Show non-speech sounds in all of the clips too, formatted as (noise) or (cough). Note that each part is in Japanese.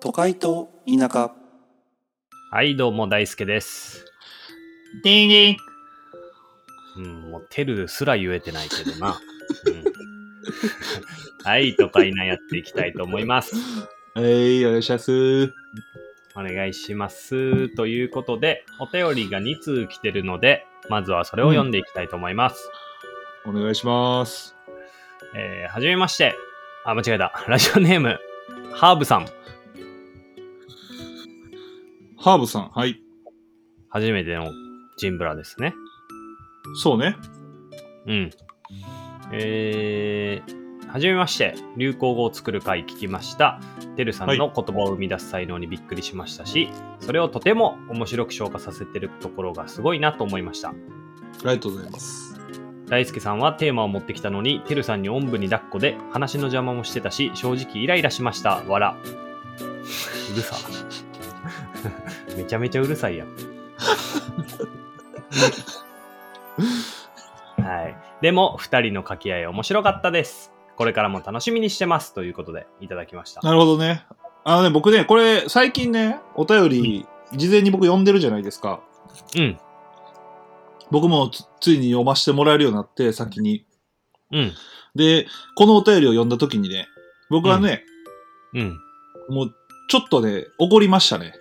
都会と田舎はい、どうも、大輔です。でんでん。うん、もう、てるすら言えてないけどな。うん、はい、とかいなやっていきたいと思います。はい、お願いします。お願いします。ということで、お便りが2通来てるので、まずはそれを読んでいきたいと思います。お願いします。えーはじめまして。あ、間違えた。ラジオネーム、ハーブさん。ハーブさん、はい。初めてのジンブラですね。そうね。うん。えー、はじめまして、流行語を作る会聞きました。てるさんの言葉を生み出す才能にびっくりしましたし、それをとても面白く消化させてるところがすごいなと思いました。ありがとうございます。大輔さんはテーマを持ってきたのに、てるさんにおんぶに抱っこで話の邪魔もしてたし、正直イライラしました。わら。うるさ。 (laughs) めちゃめちゃうるさいやん。はい。でも、二人の掛け合い面白かったです。これからも楽しみにしてます。ということで、いただきました。なるほどね。あのね、僕ね、これ、最近ね、お便り、事前に僕読んでるじゃないですか。うん。僕もつついに読ませてもらえるようになって、先に。うん。で、このお便りを読んだ時にね、僕はね、うん。もう、ちょっとね、怒りました (laughs) ね。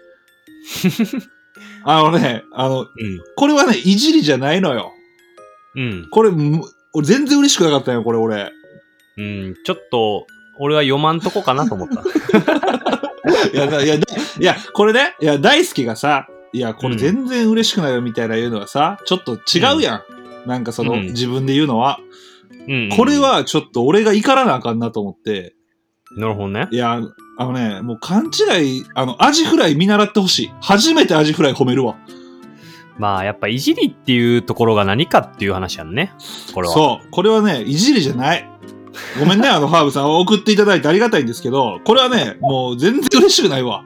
あのね、あの、これはね、いじりじゃないのよ。うん。これ、む俺全然嬉しくなかったよ、これ、俺。うん。うん。ちょっと、俺は読まんとこかなと思 (laughs) った。いや、だいや、だいや、これね、いや、大好きがさ、いや、これ全然嬉しくないよみたいな言うのはさ、ちょっと違うやん。なんかその、うん自分で言うのは。うん。これ、はちょっと俺が怒らなあかんなと思って。なるほどね。いや、あのね、もう勘違い、あの、アジフライ見習ってほしい。初めてアジフライ褒めるわ。まあやっぱいじりっていうところが何かっていう話やんね。これは。そう。これはね、いじりじゃない。ごめん (laughs) ね、あの、ハーブさん。送っていただいてありがたいんですけど、これはね、もう全然嬉しくないわ。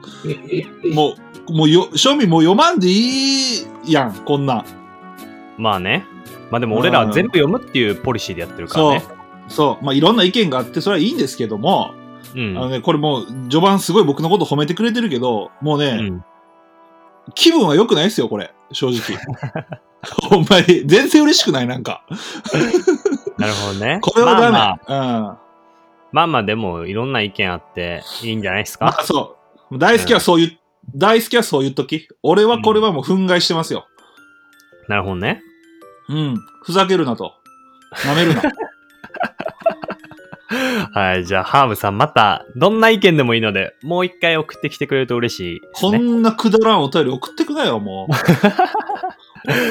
もう、もうよ、庶民もう読まんでいいやん、こんなん。まあね。まあでも俺らは全部読むっていうポリシーでやってるからそうね。。そう。まあ、いろんな意見があって、それはいいんですけども、うあん。のね、これもう、序盤すごい僕のこと褒めてくれてるけど、もうね、うん気分は良くないですよ、これ。正直。 (laughs) ほんまに。全然嬉しくない、なんか。なるほどね。 (laughs) これはダまあメ。まあ、うん。まあまあでもいろんな意見あっていいんじゃないですまか。あ、そう。大好きはそういう、大好きはそういうとき。俺はこれはもう憤慨してますよ。なるほどね。うん。ふざけるなと。舐 (laughs) めるな。はい。じゃあハーブさんまたどんな意見でもいいのでもう一回送ってきてくれると嬉しいですこね。んなくだらんお便り送ってくなよ、も (laughs)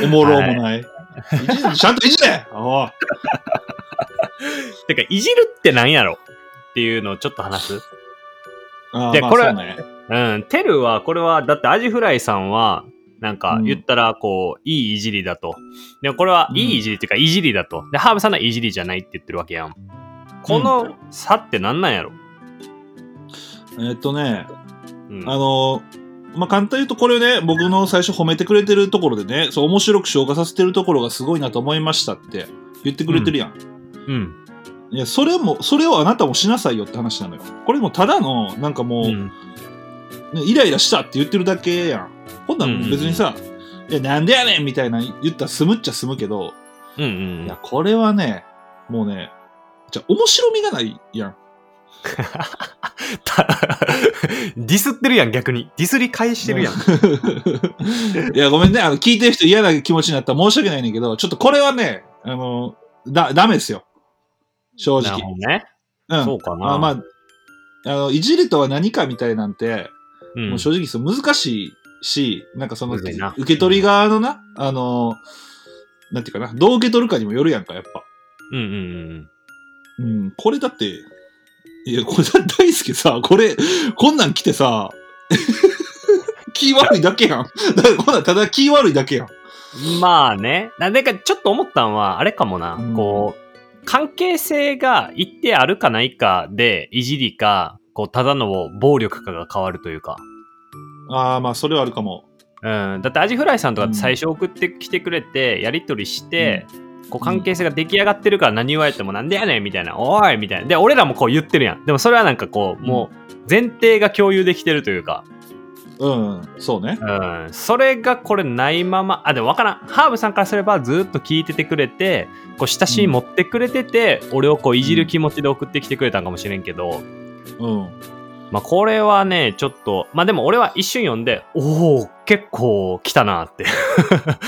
う。おもろもない。いじるちゃんといじれおうてかいじるってなんやろっていうのをちょっと話す。あでーまあこれそうねうん、テルは、これは、だってアジフライさんは、なんか言ったら、こう、いいいじりだと。で、これは、うんいいいじりっていうか、いじりだと。で、ハーブさんのはいじりじゃないって言ってるわけやん。この差ってなんなんやろえーっとね、うん。あのーまあ、簡単に言うとこれね、僕の最初褒めてくれてるところでね、そう面白く消化させてるところがすごいなと思いましたって言ってくれてるやん。うん。いや、それも、それをあなたもしなさいよって話なのよ。これもただの、なんかもう、うん。ねイライラしたって言ってるだけやん。ほんならうんうんうん別にさ、いや、なんでやねんみたいな言ったら済むっちゃ済むけど、うんういんや、これはね、もうね、じゃあ面白みがないやん。た (laughs) ディスってるやん、逆に。ディスり返してるやん。いや、ごめんね、 (laughs) あの、聞いてる人嫌な気持ちになったら申し訳ないねんだけど、ちょっとこれはね、あの、だ、ダメですよ。正なるほ直。どね。うん。そうかな。あまあ、あの、いじりとは何かみたいなんて、うんもう正直そう難しいし、なんかその、むずいな受け取り側のな、あの、なんていうかな、どう受け取るかにもよるやんか、やっぱ。うんうんうん、これだって、いや、これだ大輔さ、これ、こんなん来てさ、 (laughs) 気悪いだけやん。だからこんなんただ気悪いだけやん。うん。まあね。なんか、ちょっと思ったんは、あれかもな。うんこう、関係性が一定あるかないかで、いじりか、こう、ただの暴力かが変わるというか。ああ、まあ、それはあるかも。うん。だって、アジフライさんとかって最初送ってきてくれて、やりとりして、こう、関係性が出来上がってるから何言われてもなんでやねんみたいな、おいみたいな。で、俺らもこう言ってるやん。でも、それはなんかこう、もう、前提が共有できてるというか、うん、そうね。うん、それがこれないまま、あ、でもわからん。ハーブさんからすればずっと聞いててくれて、こう親しみ持ってくれてて、俺をこういじる気持ちで送ってきてくれたんかもしれんけど、うん。まあこれはね、ちょっと、まあでも俺は一瞬読んで、おお結構来たなって。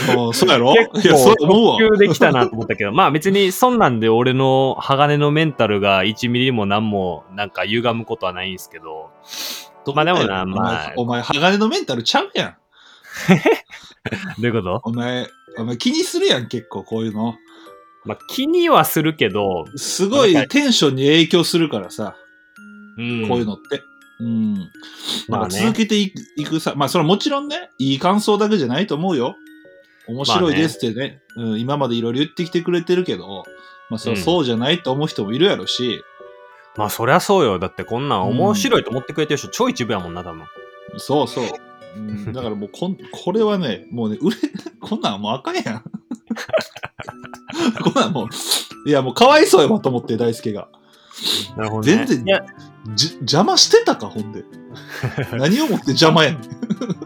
あそうやろい (laughs) 結や、そう構思うわ。直球できたなと思ったけど、まあ別にそんなんで俺の鋼のメンタルが1ミリも何もなんか歪むことはないんですけど、まあでもなお前まあお前、鋼のメンタルちゃうやん。どういうことお前、お前気にするやん、結構こういうの。まあ気にはするけど、すごいテンションに影響するからさ、うんこういうのって。うん。ままああ、ね続けていくいくさ、まあ、それはもちろんね、いい感想だけじゃないと思うよ。面白いですってね、うん、今までいろいろ言ってきてくれてるけど、まあ、それはそうじゃないと思う人もいるやろし、まあそりゃそうよ。だってこんなん面白いと思ってくれてる人超一部やもんな、多分。そ (laughs) うそう。うんだからもうこん、これはね、もうね、売れ、 (laughs) こんなんもうあかん (laughs) やん。こんなんもう、いやもうかわいそうやわと思って、大輔が。なるほどね全然いや、じ邪魔してたか、ほ (laughs) んで。何をもって邪魔やねん。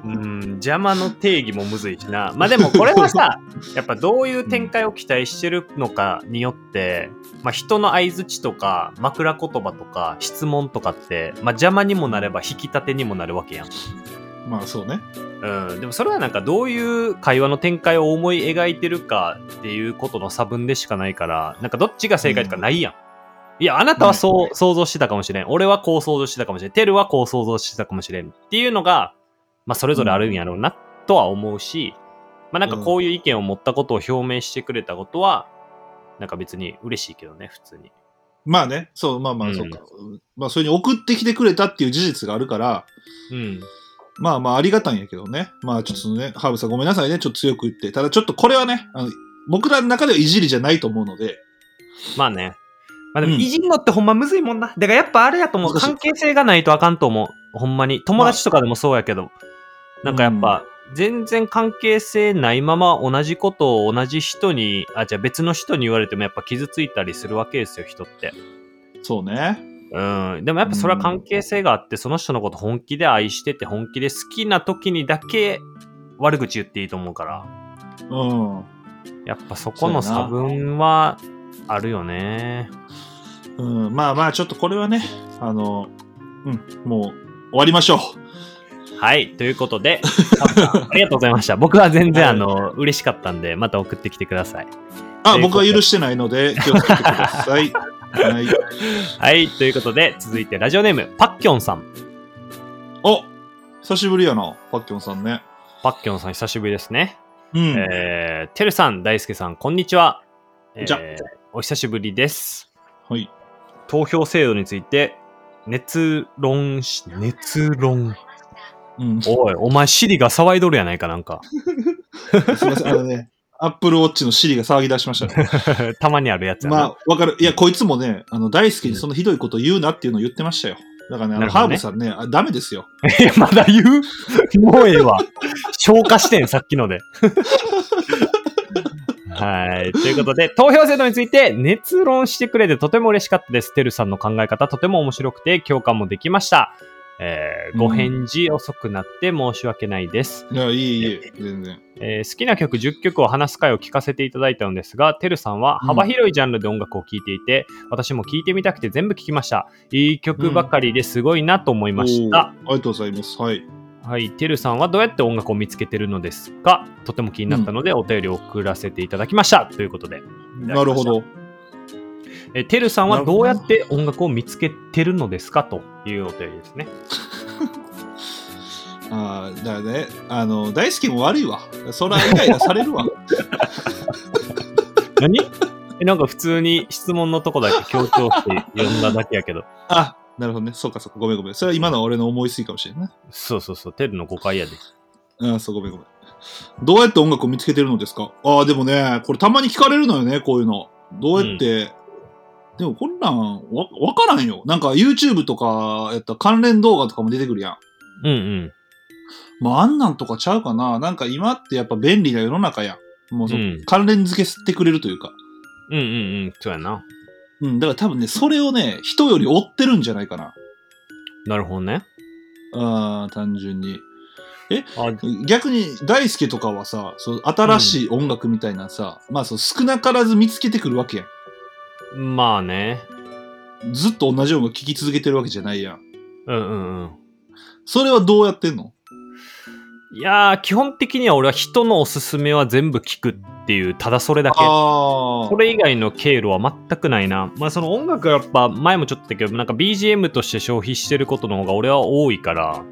うん、邪魔の定義もむずいしな。まあでもこれは (laughs) さ、やっぱどういう展開を期待してるのかによって、まあ人の相づちとか枕言葉とか質問とかって、まあ邪魔にもなれば引き立てにもなるわけやん。まあそうね。うん、でもそれはなんかどういう会話の展開を思い描いてるかっていうことの差分でしかないからなんかどっちが正解とかないやん、いやあなたはそう、想像してたかもしれん俺はこう想像してたかもしれんテルはこう想像してたかもしれんっていうのが、まあ、それぞれあるんやろうなとは思うし、まあ、なんかこういう意見を持ったことを表明してくれたことはなんか別に嬉しいけどね普通にまあね、そう、まあまうあ、んそうか。まあ、それに送ってきてくれたっていう事実があるから、うんまあまあ、ありがたいんやけどね。まあ、ちょっとね、ハーブさんごめんなさいね、ちょっと強く言って。ただ、ちょっとこれはね、あの僕らの中ではいじりじゃないと思うので、まあね。まあでも、うんいじんのってほんまむずいもんな。だからやっぱあれやと思う。難しい関係性がないとあかんと思う。ほんまに。友達とかでもそうやけど。なんかやっぱ、全然関係性ないまま同じことを同じ人に、あ、じゃあ別の人に言われてもやっぱ傷ついたりするわけですよ、人って。そうね。うん。でもやっぱそれは関係性があって、その人のこと本気で愛してて、本気で好きな時にだけ悪口言っていいと思うから。うん。やっぱそこの差分はあるよね。うん、まあまあ、ちょっとこれはね、あの、うん、もう終わりましょう。はい。ということで、 (laughs) カブさんありがとうございました。僕は全然、はあいの、嬉しかったんで、また送ってきてください。あ、ということで僕は許してないので、気をつけてくだ (laughs) さい。はい。はい。ということで、続いてラジオネーム、パッキョンさん。お久しぶりやな、パッキョンさんね。パッキョンさん、久しぶりですね。うん。えー、てるさん、大輔さん、こんにちは。えーじゃお久しぶりです。はい。投票制度について、熱論し、熱論。うん。 (laughs) すいおい、お前、シリが騒いどるやないかなんか。 (laughs) ません、あのね、アップルウォッチのシリが騒ぎ出しましたね。たまにあるやつやな。まあ、わかる。いや、こいつもね、あの、大好きにそんなひどいこと言うなっていうのを言ってましたよ。だからね、なあのるほどハーねブさんね、あダメですよ。え、まだ言うもうええわ。消化してん、さっきので。はい。ということで、投票制度について熱論してくれてとても嬉しかったです。てるさんの考え方とても面白くて共感もできました。えーご返事遅くなって申し訳ないです。いや、いい、いい、全然。えー好きな曲10曲を話す回を聞かせていただいたのですが、てるさんは幅広いジャンルで音楽を聴いていて、私も聴いてみたくて全部聴きました。いい曲ばかりですごいなと思いました。おーありがとうございます。はい。はい、てるさんはどうやって音楽を見つけてるのですかとても気になったのでお便りを送らせていただきました、ということで。なるほど。えてるさんはどうやって音楽を見つけてるのですかというお便りですね。ああ、だからね、あの、大好きも悪いわ。そらイライラされ (laughs) るわ。何 (laughs) えなんか普通に質問のとこだけ強調して読んだだけやけど。あ、なるほどね。そうかそうか。ごめんごめん。それは今のは俺の思い過ぎかもしれんない。そうそうそう、てるの誤解やで。うん、そう、ごめんごめん。どうやって音楽を見つけてるのですかああ、でもね、これたまに聞かれるのよね、こういうの。どうやって。でもこんなん、わ、わからんよ。なんか YouTube とかやったら関連動画とかも出てくるやん。うんうん。まあ、あんなんとかちゃうかな。なんか今ってやっぱ便利な世の中やん。もうそ、うん関連付け吸ってくれるというか。うんうんうん、そうやな。うん、だから多分ね、それをね、人より追ってるんじゃないかな。なるほどね。あー単純に。あ逆に大輔とかはさ、そう新しい音楽みたいなさ、まあそう少なからず見つけてくるわけやまあね。ん。ずっと同じ音楽聴き続けてるわけじゃないやん。うんうんうん。それはどうやってんのいやー、基本的には俺は人のおすすめは全部聞くっていう、ただそれだけ。ああ。それ以外の経路は全くないな。まあその音楽がやっぱ前もちょっと言ったけど、なんか BGM として消費してることの方が俺は多いから、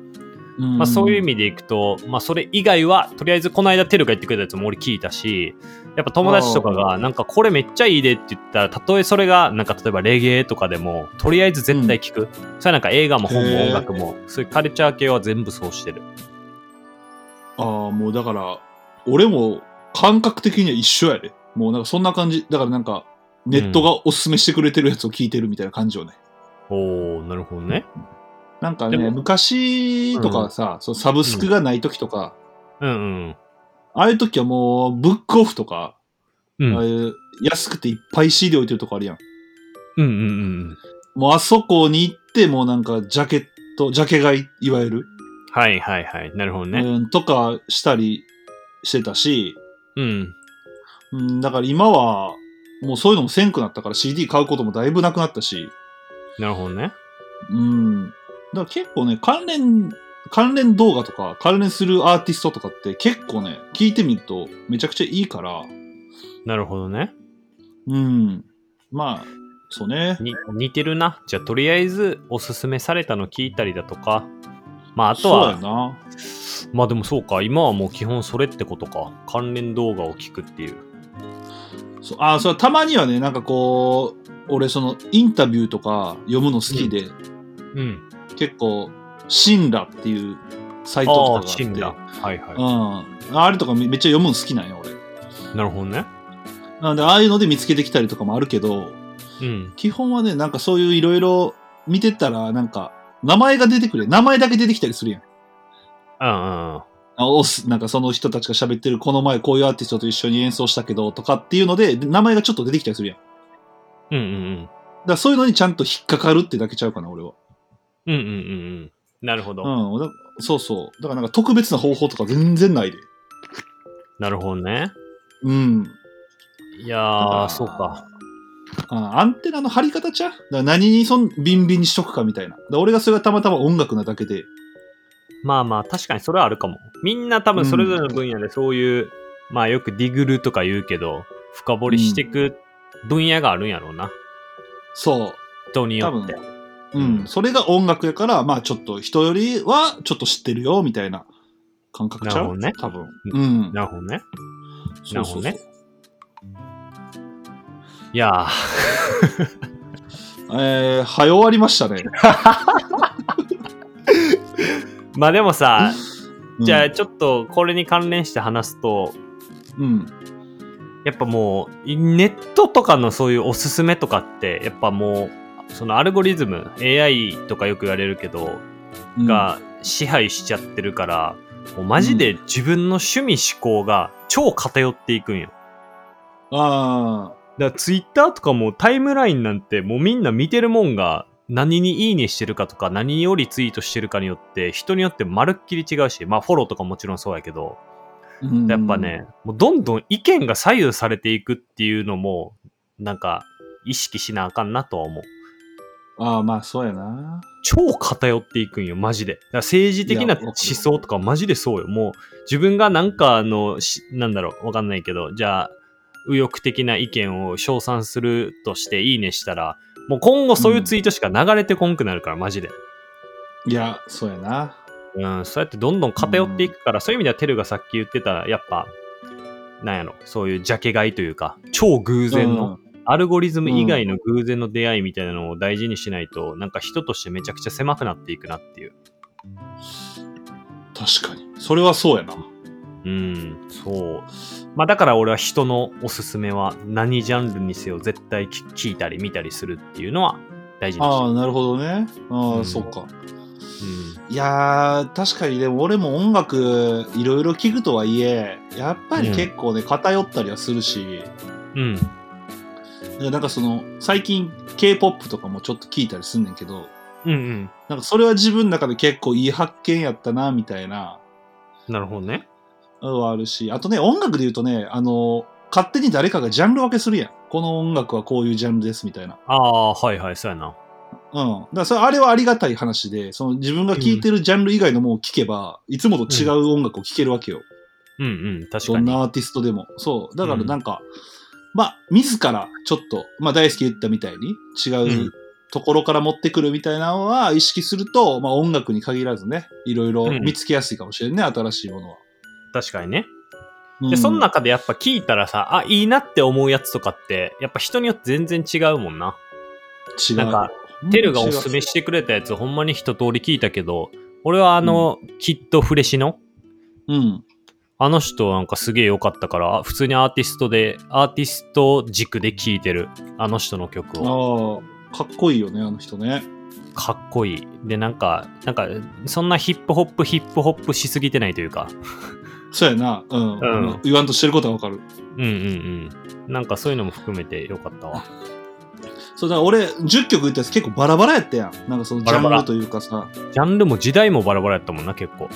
うんまあそういう意味でいくと、まあそれ以外は、とりあえずこの間テルが言ってくれたやつも俺聞いたし、やっぱ友達とかが、なんかこれめっちゃいいでって言ったら、たとえそれが、なんか例えばレゲエとかでも、とりあえず絶対聞く。それはなんか映画も本も音楽も、そういうカルチャー系は全部そうしてる。ああ、もうだから、俺も感覚的には一緒やで。もうなんかそんな感じ。だからなんか、ネットがおすすめしてくれてるやつを聞いてるみたいな感じよね。おー、なるほどね。なんかでね、も昔とかさ、そうサブスクがない時とか、うんああいう時はもう、ブックオフとか、うん。うああん。いう安くていっぱい CD 置いてるとこあるやん。うんうんうん。もうあそこに行って、もうなんかジャケット、ジャケ買い、いわゆる、はいはいはい。なるほどね。うん、とかしたりしてたし、うん。うん、だから今は、もうそういうのもせんくなったから CD 買うこともだいぶなくなったし、なるほどね。うん。だから結構ね、関連、関連動画とか、関連するアーティストとかって結構ね、聞いてみるとめちゃくちゃいいから、なるほどね。うん。まあ、そうね。に似てるな。じゃあ、とりあえず、おすすめされたの聞いたりだとか。まあ、あとそうやは、な。まあでもそうか、今はもう基本それってことか。関連動画を聞くっていう。そうあ、そう、たまにはね、なんかこう、俺そのインタビューとか読むの好きで、うん。結構、シンラっていうサイトあとあ、死んかだ。があって、はいはうん。あれとかめめっちゃ読むの好きなんよ、俺。い。なるほどね。なんで、ああいうので見つけてきたりとかもあるけど、うん。基本はね、なんかそういういろいろ見てたら、なんか、名前が出てくる。名前だけ出てきたりするやん。うんうん。あおすなんかその人たちが喋ってる、この前こういうアーティストと一緒に演奏したけど、とかっていうので、で名前がちょっと出てきたりするやん。だかうんうんらそういうのにちゃんと引っかかるってだけちゃうかな、俺は。うん。うんうんうんうん。なるほど。うん。だそうそう。だからなんか特別な方法とか全然ないで。なるほどね。うん。いやだからー、そうか。。あアンテナの張り方ちゃうだから何にそん、ビンビンにしとくかみたいな。だから俺がそれがたまたま音楽なだけで。まあまあ、確かにそれはあるかも。みんな多分それぞれの分野でそういう、まあよくディグルとか言うけど、深掘りしていく分野があるんやろうな。そう。人によって。多うん、それが音楽やから、まあちょっと人よりはちょっと知ってるよ、みたいな感覚ちゃうなるほどね多分。うん。なるほどね。そうそうそうなるいやー。えー、早終わりましたね。まあでもさ、うんじゃあ、ちょっとこれに関連して話すと、うん。やっぱもうネットとかのそういうおすすめとかってやっぱもうそのアルゴリズム AI とかよく言われるけどうん、が支配しちゃってるから、もうマジで自分の趣味思考が超偏っていくんよ。あだからツイッターとかもタイムラインなんてもうみんな見てるもんが何にいいねしてるかとか何よりツイートしてるかによって人によってまるっきり違うし、まあフォローとかもちろんそうやけど、あ、うんやっぱ。ね、もうどんどん意見が左右されていくっていうのも、なんか、意識しなあかんなとは思う。ああ、まあそうやな。超偏っていくんよ、マジで。だから政治的ないやわかる思想とかマジでそうよ。もう自分がなんかあの、しなんだろう、わかんないけど、じゃあ、右翼的な意見を称賛するとしていいねしたら、もう今後そういうツイートしか流れてこんくなるから、マジで。いや、そうやな。うん、そうやってどんどん偏っていくから、そういう意味ではテルがさっき言ってた、やっぱ、なんやろ、そういうジャケ買いというか、超偶然の、うんアルゴリズム以外の偶然の出会いみたいなのを大事にしないと、なんか人としてめちゃくちゃ狭くなっていくなっていう。確かに。それはそうやな。うん、そう。まあだから俺は人のおすすめは何ジャンルにせよ絶対聞聞いたり見たりするっていうのは大事にああ、しなるほどね。ああ、うんそっか。てる。いやー、確かにでも俺も音楽いろいろ聞くとはいえ、やっぱり結構ね、偏ったりはするし、うん。うん。いやなんかその最近 K-POP とかもちょっと聞いたりすんねんけど、うんうん。なんかそれは自分の中で結構いい発見やったな、みたいな、なるほどね。のはあるし、あとね、音楽で言うとね、あの、勝手に誰かがジャンル分けするやん。この音楽はこういうジャンルです、みたいな。ああ、はいはい、そうやな。うん。だからそれ、あれはありがたい話で、その自分が聴いてるジャンル以外のものを聴けば、いつもと違う音楽を聴けるわけよ。うんうん、確どかんに。なアーティストでも。そう。だからなんか、まあ、自らちょっと、まあ、大好き言ったみたいに、違ううんところから持ってくるみたいなのは意識すると、まあ、音楽に限らずね、いろいろうん見つけやすいかもしれんね、新しいものは。確かにね。うで、その中でやっぱ聞いたらさ、あ、いいなって思うやつとかって、やっぱ人によって全然違うもんな。違う。なんか、テルがおすすめしてくれたやつ、ほんまに一通り聞いたけど、俺はあの、きっとフレシの、うん。あの人なんかすげえ良かったから、普通にアーティストで、アーティスト軸で聴いてる、あの人の曲を。ああ、かっこいいよね、あの人ね。かっこいい。で、なんか、なんか、そんなヒップホップ、ヒップホップしすぎてないというか、そうやな。うん。うん言わんとしてることはわかる。うんうんうん。なんかそういうのも含めて良かったわ。そう、だから俺、10曲言ったやつ結構バラバラやったやん。なんかそのジャバラバンルラというかさ。ジャンルも時代もバラバラやったもんな、結構。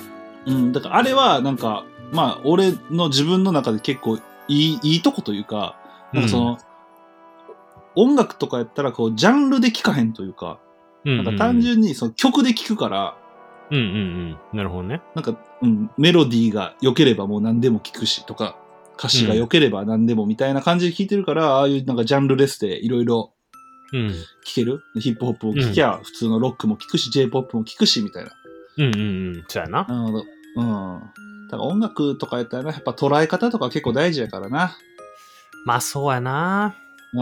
うん、だからあれはなんか、まあ俺の自分の中で結構いい、いいとこというか、なんかその、音楽とかやったらこう、ジャンルで聴かへんというか、うん、なんか単純にその曲で聴くから、うんうんうん。なるほどね。なんか、うん、メロディーが良ければもう何でも聴くしとか、歌詞が良ければ何でもみたいな感じで聴いてるから、ああいうなんかジャンルレスでいろいろうん。聴けるヒップホップも聴きゃ、普通のロックも聴くし、J-POP も聴くし、みたいな。うんうんうん。そうやな。なるほど。うん。だから音楽とかやったらな、やっぱ捉え方とか結構大事やからな。まあそうやな。うん。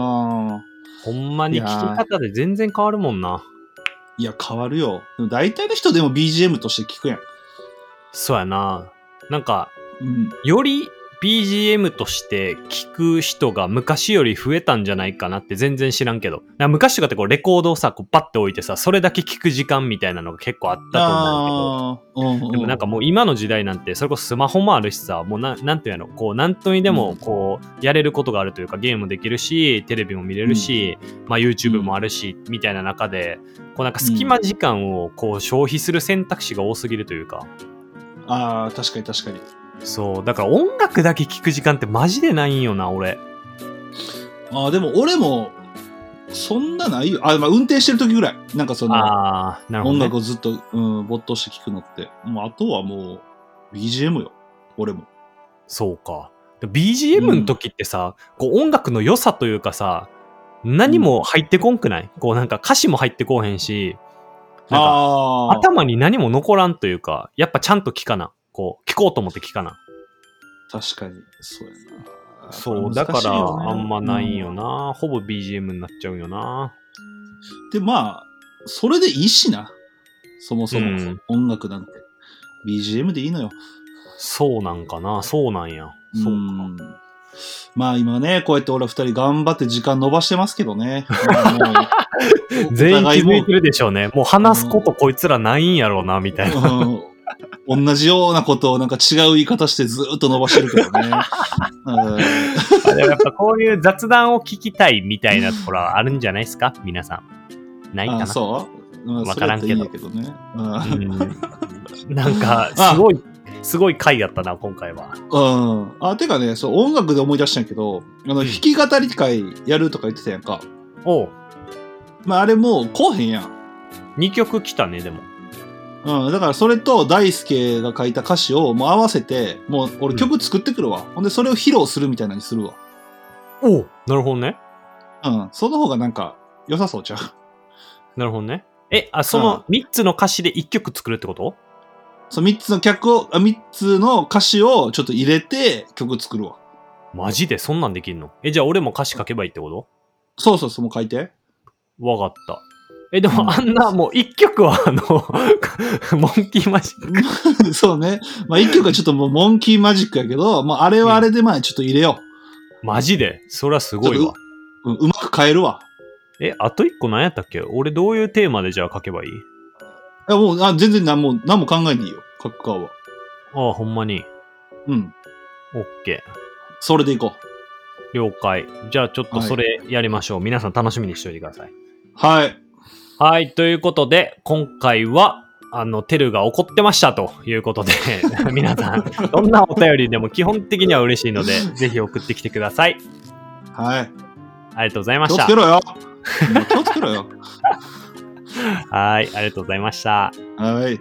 ほんまに聞いやーき方で全然変わるもんな。いや、変わるよ。でも大体の人でも BGM として聞くやん。そうやな。なんか、うん。より BGM として聞く人が昔より増えたんじゃないかなって全然知らんけど。なんか昔とかってこうレコードをさ、こうパッて置いてさ、それだけ聞く時間みたいなのが結構あったと思うんだけど。ああー、うん、うん。でもなんかもう今の時代なんてそれこそスマホもあるしさもうななんていうのこう何とにでうもんこうやれることがあるというかゲームできるしテレビも見れるし、まあ、YouTube もあるし、みたいな中でこうなんか隙間時間をこう消費する選択肢が多すぎるというか、ああ、確かに確かに。そうだから音楽だけ聴く時間ってマジでないんよな俺ああ、でも俺も、そんなないよ。あまあ運転してる時ぐらい。なんかその、ああなるほ音ど、楽ね、をずっと、うん、没頭して聞くのって。もうあとはもう、BGM よ。俺も。そうかで BGM の時ってさ、こう音楽の良さというかさ何も入ってこんくない、こうなんか歌詞も入ってこうへんしなんかああ、頭に何も残らんというか、やっぱちゃんと聞かな。こう、聞こうと思って聞かな。確かに。そうやな。そう、だから、あんまないんよなな、ほぼ BGM になっちゃうよな。で、まあ、それでいいしな。そもそも、うん音楽なんて。BGM でいいのよ。そうなんかな、そうなんや。そうか。んまあ今ね、こうやって俺二人頑張って時間延ばしてますけ (laughs) どね。もう全員気づいおてるでしょうね。もう話すことこいつらないんやろうな、みたいな。互いもうん同じようなことをなんか違う言い方してずっと伸ばしてるけ (laughs) どね。うんでもやっぱこういう雑談を聞きたいみたいなところはあるんじゃないですか皆さん。ないかあなそうまあわからんけどそれやったらいいんやけどね。うんなんか、すごい、すごい回やったな、今回は。うん。うんあ、てかね、そう、音楽で思い出したんやけど、あの、うん弾き語り会やるとか言ってたやんか。おう、まああれもうこうへんやん。 2曲来たね、でも。うん、だからそれと大輔が書いた歌詞をもう合わせて、もう俺曲作ってくるわ。ほんでそれを披露するみたいなのにするわ。おう、なるほどね。うん、その方がなんか良さそうちゃう。 (laughs) なるほどね。え、あ、その3つの歌詞で1曲作るってことそう、三つの曲を、あ三つの歌詞をちょっと入れて曲作るわ。マジでそんなんできんのえ、じゃあ俺も歌詞書けばいいってことそうそうそう、もう書いて。 (laughs) わかった。え、でうんもあんな、もう1曲はあの、 (laughs) モンキーマジック。そうね。まあ一曲はちょっともうモンキーマジックやけど、まああれはあれでまあちょっと入れよマジでそりゃすごいちょわっ。う。うん、うまく変えるわ。え、あと1個何やったっけ俺どういうテーマでじゃあ書けばいいいやもうあ全然何も、何も考えんでいいよ。書くかは。ああ、ほんまに。うん。オッケそれでいこー。う。了解。じゃあちょっとそれやりましょう。皆さん楽しみにしておいてください。はい。はい、ということで、今回は、あの、テルが怒ってましたということで、 (laughs) 皆さん、どんなお便りでも基本的には嬉しいので、ぜひ送ってきてください。はい。ありがとうございまし気をたつけ。ろよ。気をつけろよ。はい、ありがとうございました。はい。